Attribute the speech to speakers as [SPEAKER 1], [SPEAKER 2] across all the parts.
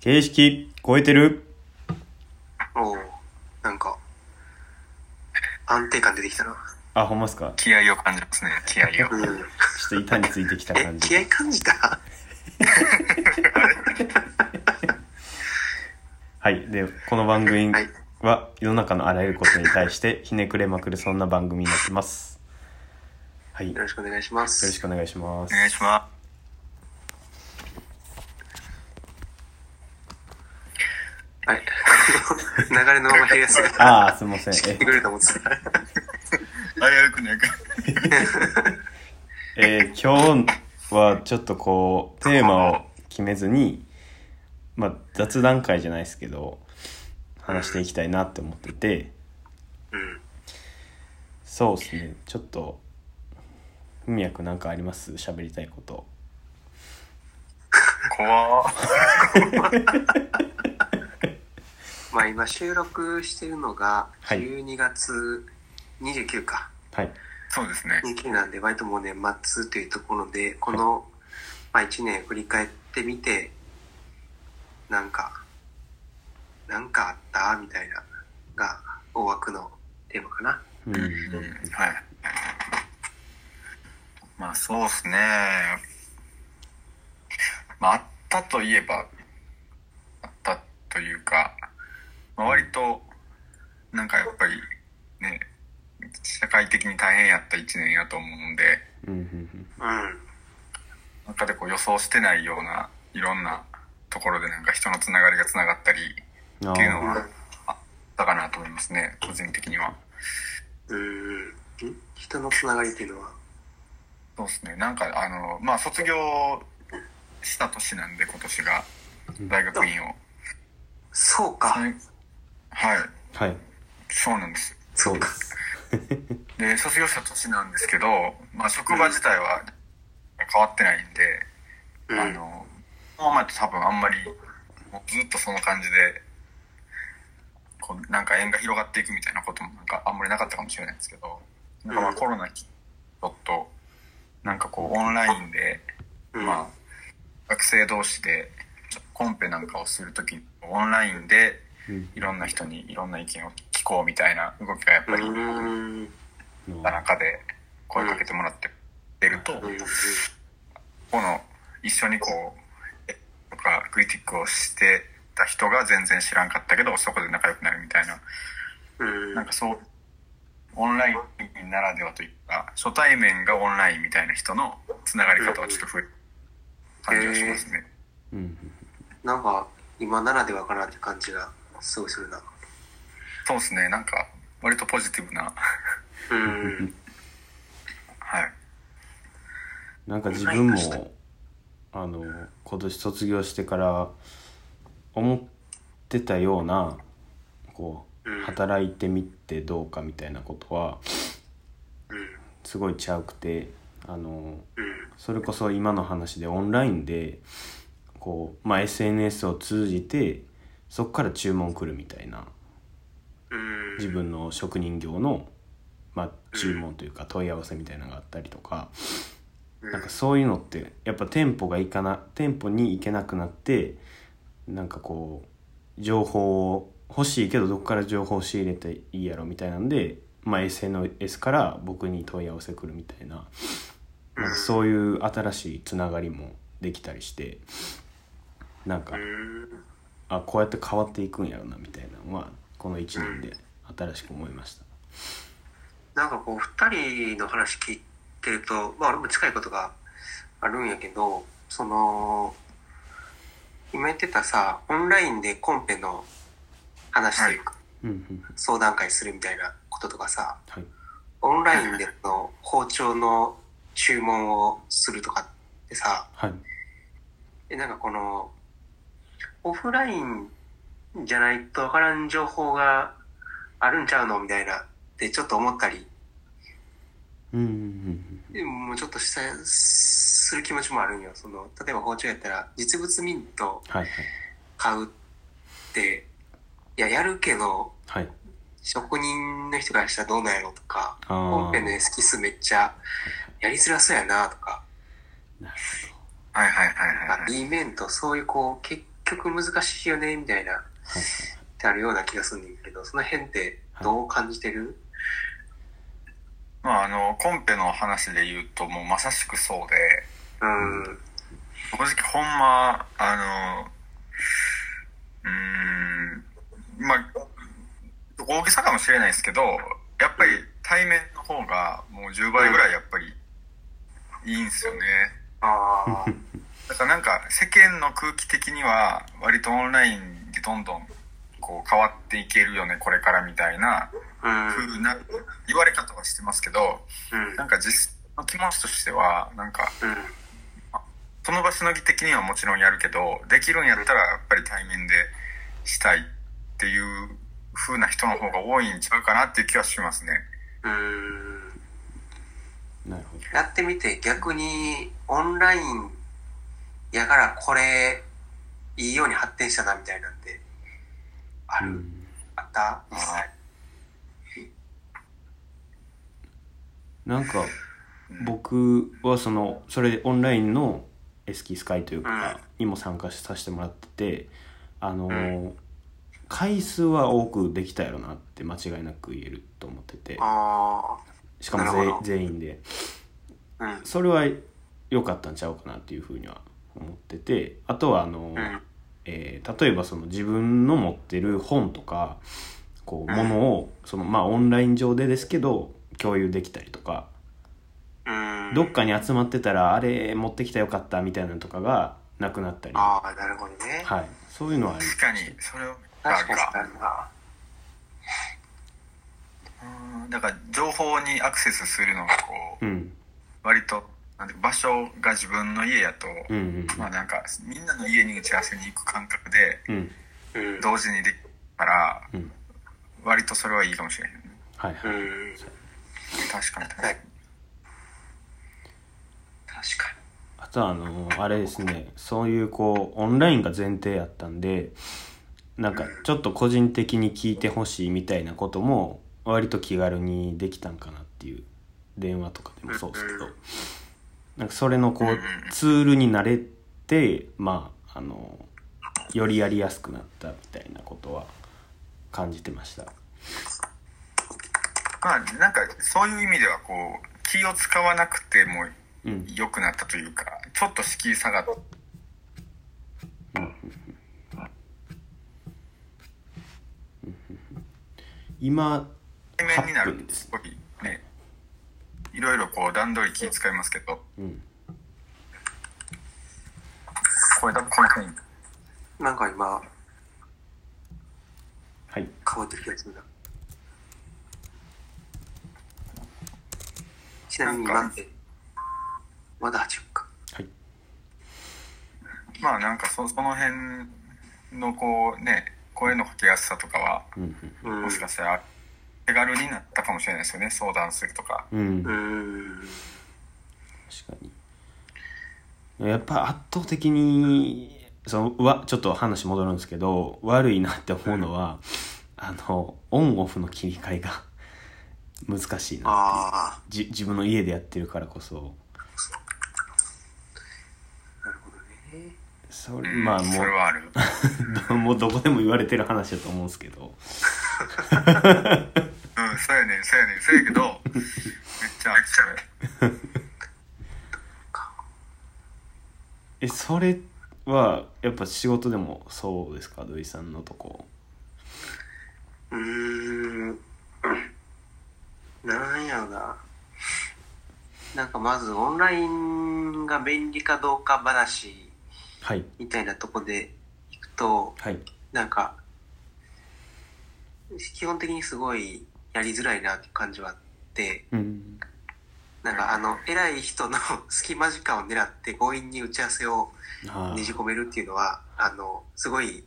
[SPEAKER 1] 形式、超えてる
[SPEAKER 2] おおなんか、安定感出てきたな。
[SPEAKER 1] あ、ほんまっすか
[SPEAKER 3] 気合を感じますね、気合を。
[SPEAKER 2] うん。
[SPEAKER 1] ちょっと板についてきた
[SPEAKER 2] え
[SPEAKER 1] 感、じ
[SPEAKER 2] 気。合感じた
[SPEAKER 1] はい。で、この番組
[SPEAKER 2] はい
[SPEAKER 1] は世の中のあらゆることに対してひねくれまくるそんな番組になってます。はい。よ
[SPEAKER 2] よろしくお願いしま
[SPEAKER 1] ろし
[SPEAKER 2] す。
[SPEAKER 1] くお願いしま
[SPEAKER 3] お願い
[SPEAKER 1] す。
[SPEAKER 3] しま
[SPEAKER 2] はい。 流れのまま平安が
[SPEAKER 1] ああ、すいません。
[SPEAKER 2] 来てくれると思ってた。
[SPEAKER 3] す。危うくなく。
[SPEAKER 1] え、えー今日はちょっとこう、テーマを決めずに、まあ、雑談会じゃないですけど、話していきたいなって思ってて、
[SPEAKER 2] うん。
[SPEAKER 1] そうですね。ちょっと、ふみやくんなんかあります喋りたいこと。
[SPEAKER 3] 怖っ
[SPEAKER 2] まあ今収録してるのが
[SPEAKER 1] はい
[SPEAKER 2] 12月29か。
[SPEAKER 1] はい。
[SPEAKER 3] そうですね。
[SPEAKER 2] 29なんで割ともう年末というところで、この、まあ1年振り返ってみて、なんか、なんかあったみたいな、が、大枠のテーマかな。
[SPEAKER 1] うん。
[SPEAKER 3] うん、はい。まあ、そうですね。まあ、あったといえば、あったというか、まあ、割と、なんかやっぱり、ね、社会的に大変やった一年やと思うんで、
[SPEAKER 1] うん。うん。
[SPEAKER 2] うん。
[SPEAKER 3] なんかでこう予想してないような、いろんなところでなんか人のつながりがつながったり
[SPEAKER 1] うん。あ
[SPEAKER 3] っていうの
[SPEAKER 1] ー
[SPEAKER 3] はあったかなと思いますね、個人的には。
[SPEAKER 2] うん。ん人のつながりっていうのは、
[SPEAKER 3] そうですね。なんか、あの、まあ、卒業した年なんで、今年が、大学院を。
[SPEAKER 2] そうか。
[SPEAKER 3] はい。はい
[SPEAKER 1] はい。
[SPEAKER 3] そうなんです。
[SPEAKER 2] そうか。
[SPEAKER 3] で、卒業した年なんですけど、まあ、職場自体は変わってないんで、
[SPEAKER 2] うん。
[SPEAKER 3] あの、この前と多分あんまり、もうずっとその感じで、こう、なんか縁が広がっていくみたいなこともなんかあんまりなかったかもしれないんですけど、なんかまあ
[SPEAKER 2] うん
[SPEAKER 3] コロナきちょっと、なんかこうオンラインで、
[SPEAKER 2] うん
[SPEAKER 3] まあ、学生同士でコンペなんかをするとき、オンラインで
[SPEAKER 1] うん
[SPEAKER 3] いろんな人にいろんな意見を聞こうみたいな動きがやっぱり、
[SPEAKER 2] うん。
[SPEAKER 3] た中で声かけてもらって出ると、この一緒にこうとかクリティックをしてた人が全然知らんかったけどそこで仲良くなるみたいな
[SPEAKER 2] うん。
[SPEAKER 3] なんかそうオンラインならではというか初対面がオンラインみたいな人のつながり方はちょっと増える感じがしますね、
[SPEAKER 1] うん。
[SPEAKER 2] なんか、今ならではかなって感じが、すごいするな。
[SPEAKER 3] そうですねなんか割とポジティブな
[SPEAKER 2] うん。
[SPEAKER 3] はい
[SPEAKER 1] なんか自分もあの今年卒業してから思ってたようなこ
[SPEAKER 2] う
[SPEAKER 1] うん働いてみてどうかみたいなことは
[SPEAKER 2] うん。
[SPEAKER 1] すごいちゃうくてあの
[SPEAKER 2] うん。
[SPEAKER 1] それこそ今の話でオンラインでこう、まあ、SNS を通じてそこから注文来るみたいな
[SPEAKER 2] うん。
[SPEAKER 1] 自分の職人業の、まあ、注文というか問い合わせみたいなのがあったりとか。
[SPEAKER 2] うん
[SPEAKER 1] なんかそういうのってやっぱ店舗が行かな店舗に行けなくなってなんかこう情報を欲しいけどどこから情報を仕入れていいやろみたいなんで、まあ、SNS から僕に問い合わせ来るみたいななんかそういう新しいつながりもできたりしてなんか
[SPEAKER 2] うん
[SPEAKER 1] あこうやって変わっていくんやろなみたいなのはこの1年で新しく思いました。
[SPEAKER 2] なんかこう、二人の話聞いてると、まあ俺も近いことがあるんやけど、その、今言ってたさ、オンラインでコンペの話というか、
[SPEAKER 1] うんうん
[SPEAKER 2] 相談会するみたいなこととかさ、
[SPEAKER 1] はい
[SPEAKER 2] オンラインでの包丁の注文をするとかってさ、
[SPEAKER 1] はい
[SPEAKER 2] えなんかこの、オフラインじゃないとわからん情報があるんちゃうのみたいなってちょっと思ったり、
[SPEAKER 1] うんうんうん
[SPEAKER 2] でももうちょっとしたする気持ちもあるんよ。その、例えば包丁やったら実物ミント
[SPEAKER 1] はい
[SPEAKER 2] 買うって、いや、やるけど、
[SPEAKER 1] はいはい
[SPEAKER 2] 職人の人からしたらどうなんやろとか、
[SPEAKER 1] あー
[SPEAKER 2] 本編のエスキスめっちゃやりづらそうやなとか、
[SPEAKER 1] なる
[SPEAKER 3] はいはいはいはい
[SPEAKER 2] あ B 面とそういうこう結局難しいよねみたいなってあるような気がするんだけどその辺ってどう感じてる、
[SPEAKER 3] まああのコンペの話で言うともうまさしくそうで
[SPEAKER 2] うん
[SPEAKER 3] 正直ほんまあのうーんまあ大げさかもしれないですけどやっぱり対面の方がもう10倍ぐらいやっぱりいいんですよね
[SPEAKER 2] ああ
[SPEAKER 3] だからなんか世間の空気的には割とオンラインでどんどんこう変わっていけるよねこれからみたいな
[SPEAKER 2] うん
[SPEAKER 3] 風な言われ方はしてますけど
[SPEAKER 2] うん
[SPEAKER 3] なんか実の気持ちとしてはなんか
[SPEAKER 2] うん
[SPEAKER 3] その場しのぎ的にはもちろんやるけどできるんやったらやっぱり対面でしたいっていう風な人の方が多いんちゃうかなっていう気はしますね
[SPEAKER 2] うん
[SPEAKER 1] なるほど
[SPEAKER 2] やってみて逆にオンラインやからこれいいように発展したなみたいなんである、
[SPEAKER 1] うん
[SPEAKER 2] あった実際
[SPEAKER 1] なんか僕はそのそれでオンラインのエスキースカイという
[SPEAKER 2] うん
[SPEAKER 1] かにも参加させてもらっててあの
[SPEAKER 2] う
[SPEAKER 1] ー回数は多くできたやろなって間違いなく言えると思ってて
[SPEAKER 2] あ
[SPEAKER 1] しかも
[SPEAKER 2] なる
[SPEAKER 1] 全
[SPEAKER 2] ほど
[SPEAKER 1] 全員で
[SPEAKER 2] あうん
[SPEAKER 1] それは良かったんちゃうかなっていうふうには思っててあとはあのー、
[SPEAKER 2] うん
[SPEAKER 1] えー例えばその自分の持ってる本とかこう
[SPEAKER 2] うん
[SPEAKER 1] ものをそのまあオンライン上でですけど共有できたりとか
[SPEAKER 2] うん
[SPEAKER 1] どっかに集まってたらあれ持ってきたらよかったみたいなのとかがなくなったり、は
[SPEAKER 2] ああなるほど
[SPEAKER 1] い、
[SPEAKER 2] ね、
[SPEAKER 1] そういうのはあり
[SPEAKER 3] 確かにそれは
[SPEAKER 2] 確かにあるな
[SPEAKER 3] うんだから情報にアクセスするのがこう
[SPEAKER 1] うん
[SPEAKER 3] 割となんていうか場所が自分の家やと、
[SPEAKER 1] うんうん
[SPEAKER 3] まあなんかみんなの家に打ち合わせに行く感覚で
[SPEAKER 1] うん
[SPEAKER 2] うん
[SPEAKER 3] 同時にできるから
[SPEAKER 1] うん
[SPEAKER 3] 割とそれはいいかもしれない、ね、
[SPEAKER 1] はい
[SPEAKER 2] うん
[SPEAKER 1] はい
[SPEAKER 3] 確かに確
[SPEAKER 2] は
[SPEAKER 3] か
[SPEAKER 2] い
[SPEAKER 3] に
[SPEAKER 2] 確か
[SPEAKER 1] あとはあのあれですねそういうこうオンラインが前提やったんでなんかちょっと個人的に聞いてほしいみたいなことも割と気軽にできたんかなっていう電話とかでもそうですけどなんかそれのこうツールに慣れてまああのよりやりやすくなったみたいなことは感じてました
[SPEAKER 3] まあなんかそういう意味ではこう気を使わなくても
[SPEAKER 1] うん
[SPEAKER 3] 良くなったというかちょっと敷居下がっ
[SPEAKER 1] 今
[SPEAKER 3] 対面になる
[SPEAKER 1] 8分
[SPEAKER 3] と
[SPEAKER 1] です
[SPEAKER 3] すごいねいろいろこう段取り気使いますけど
[SPEAKER 1] うん
[SPEAKER 3] これ多分こういうふうに
[SPEAKER 2] になんか今
[SPEAKER 1] はい
[SPEAKER 2] かぶってる気がするなちなみに今ってまだ8分か
[SPEAKER 1] はい
[SPEAKER 3] まあなんかそその辺のこうね声のかけやすさとかは
[SPEAKER 1] うん
[SPEAKER 2] うん
[SPEAKER 3] もしかしたら手軽になったかもしれないですよね相談するとか
[SPEAKER 1] うんうん
[SPEAKER 2] うん
[SPEAKER 1] 確かにやっぱ圧倒的にそのうわちょっと話戻るんですけど悪いなって思うのはあのオンオフの切り替えが 難しいなっていう
[SPEAKER 2] あ
[SPEAKER 1] じ自分の家でやってるからこそ
[SPEAKER 2] あなるほどね
[SPEAKER 1] それ
[SPEAKER 3] うん
[SPEAKER 1] まあも
[SPEAKER 3] それはある
[SPEAKER 1] うもうどこ でも言われてる話だと思うんですけど
[SPEAKER 3] うんそうやねんそうやねんそうやけど めっちゃあるそれ
[SPEAKER 1] えそれはやっぱ仕事でもそうですか土井さんのとこ
[SPEAKER 2] うーんなんやろな。なんかまずオンラインが便利かどうか話
[SPEAKER 1] はい
[SPEAKER 2] みたいなとこでいくと、
[SPEAKER 1] はい
[SPEAKER 2] なんか、基本的にすごいやりづらいなって感じはあって、
[SPEAKER 1] うん
[SPEAKER 2] なんかあの、偉い人の 隙間時間を狙って強引に打ち合わせを
[SPEAKER 1] あ
[SPEAKER 2] ねじ込めるっていうのは、あの、すごい、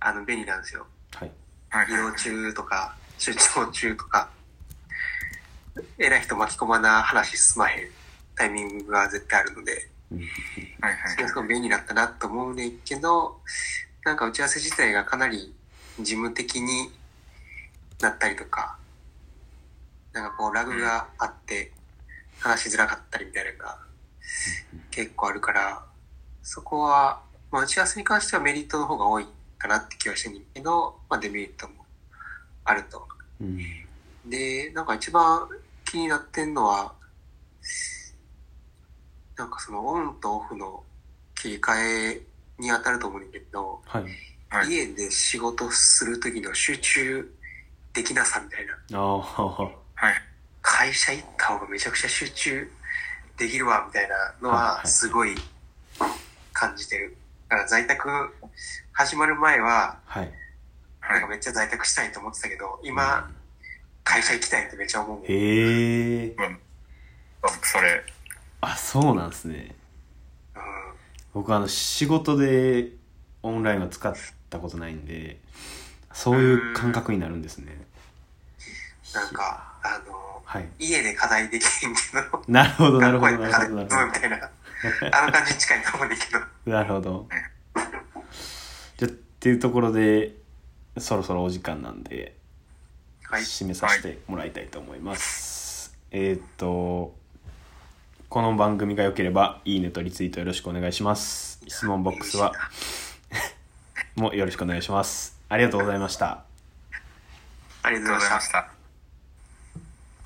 [SPEAKER 2] あの、便利なんですよ。
[SPEAKER 1] あはい
[SPEAKER 3] はい
[SPEAKER 2] 移動中とか出張中とか偉い人巻き込まな話進まへんタイミングが絶対あるので
[SPEAKER 1] うん
[SPEAKER 3] はい
[SPEAKER 2] そ
[SPEAKER 3] は
[SPEAKER 2] れ
[SPEAKER 3] い
[SPEAKER 2] がすごい便利だったなと思うねんけどなんか打ち合わせ自体がかなり事務的になったりとかなんかこうラグがあって話しづらかったりみたいなのが結構あるからそこはまあ、打ち合わせに関してはメリットの方が多いかなって気はしてるけど、まあ、デメリットもあると。
[SPEAKER 1] うん
[SPEAKER 2] で、なんか一番気になってんのは、なんかそのオンとオフの切り替えに当たると思うんだけど、
[SPEAKER 1] はい
[SPEAKER 3] はい
[SPEAKER 2] 家で仕事する時の集中できなさみたい
[SPEAKER 1] あ
[SPEAKER 2] な。
[SPEAKER 1] あ
[SPEAKER 3] はい。
[SPEAKER 2] 会社行った方がめちゃくちゃ集中できるわみたいなの
[SPEAKER 1] はいは
[SPEAKER 2] はいすごい感じてる。だから在宅始まる前は、
[SPEAKER 1] はい
[SPEAKER 2] なん
[SPEAKER 3] は
[SPEAKER 2] か
[SPEAKER 3] い。
[SPEAKER 2] めっちゃ在宅したいと思ってたけど、今、会社行きたいってめっちゃ思うもん。
[SPEAKER 1] へえ
[SPEAKER 3] うん。それ、
[SPEAKER 1] あそうなんですね
[SPEAKER 2] うん
[SPEAKER 1] 僕あの仕事でオンラインは使ったことないんでそういう感覚になるんですね
[SPEAKER 2] なんか、あの、
[SPEAKER 1] はい
[SPEAKER 2] 家で課題できへんけど、
[SPEAKER 1] なるほどなる
[SPEAKER 2] 学
[SPEAKER 1] ほ
[SPEAKER 2] 校
[SPEAKER 1] ど
[SPEAKER 2] 行
[SPEAKER 1] なる
[SPEAKER 2] って課題
[SPEAKER 1] ほどなる
[SPEAKER 2] 済むみたいな、あの感じに近いと思うんだけど。
[SPEAKER 1] ほどなるほどじゃあっていうところでそろそろお時間なんで
[SPEAKER 2] はい。
[SPEAKER 1] 締めさせてもらいたいと思います、えーっとこの番組が良ければいいねとリツイートよろしくお願いします質問ボックスは もよろしくお願いしますありがとうございました
[SPEAKER 2] ありがとうご
[SPEAKER 3] ありがとう
[SPEAKER 2] ざ
[SPEAKER 3] ござ
[SPEAKER 2] い
[SPEAKER 3] い
[SPEAKER 2] ま
[SPEAKER 3] ま
[SPEAKER 2] し。
[SPEAKER 3] したた。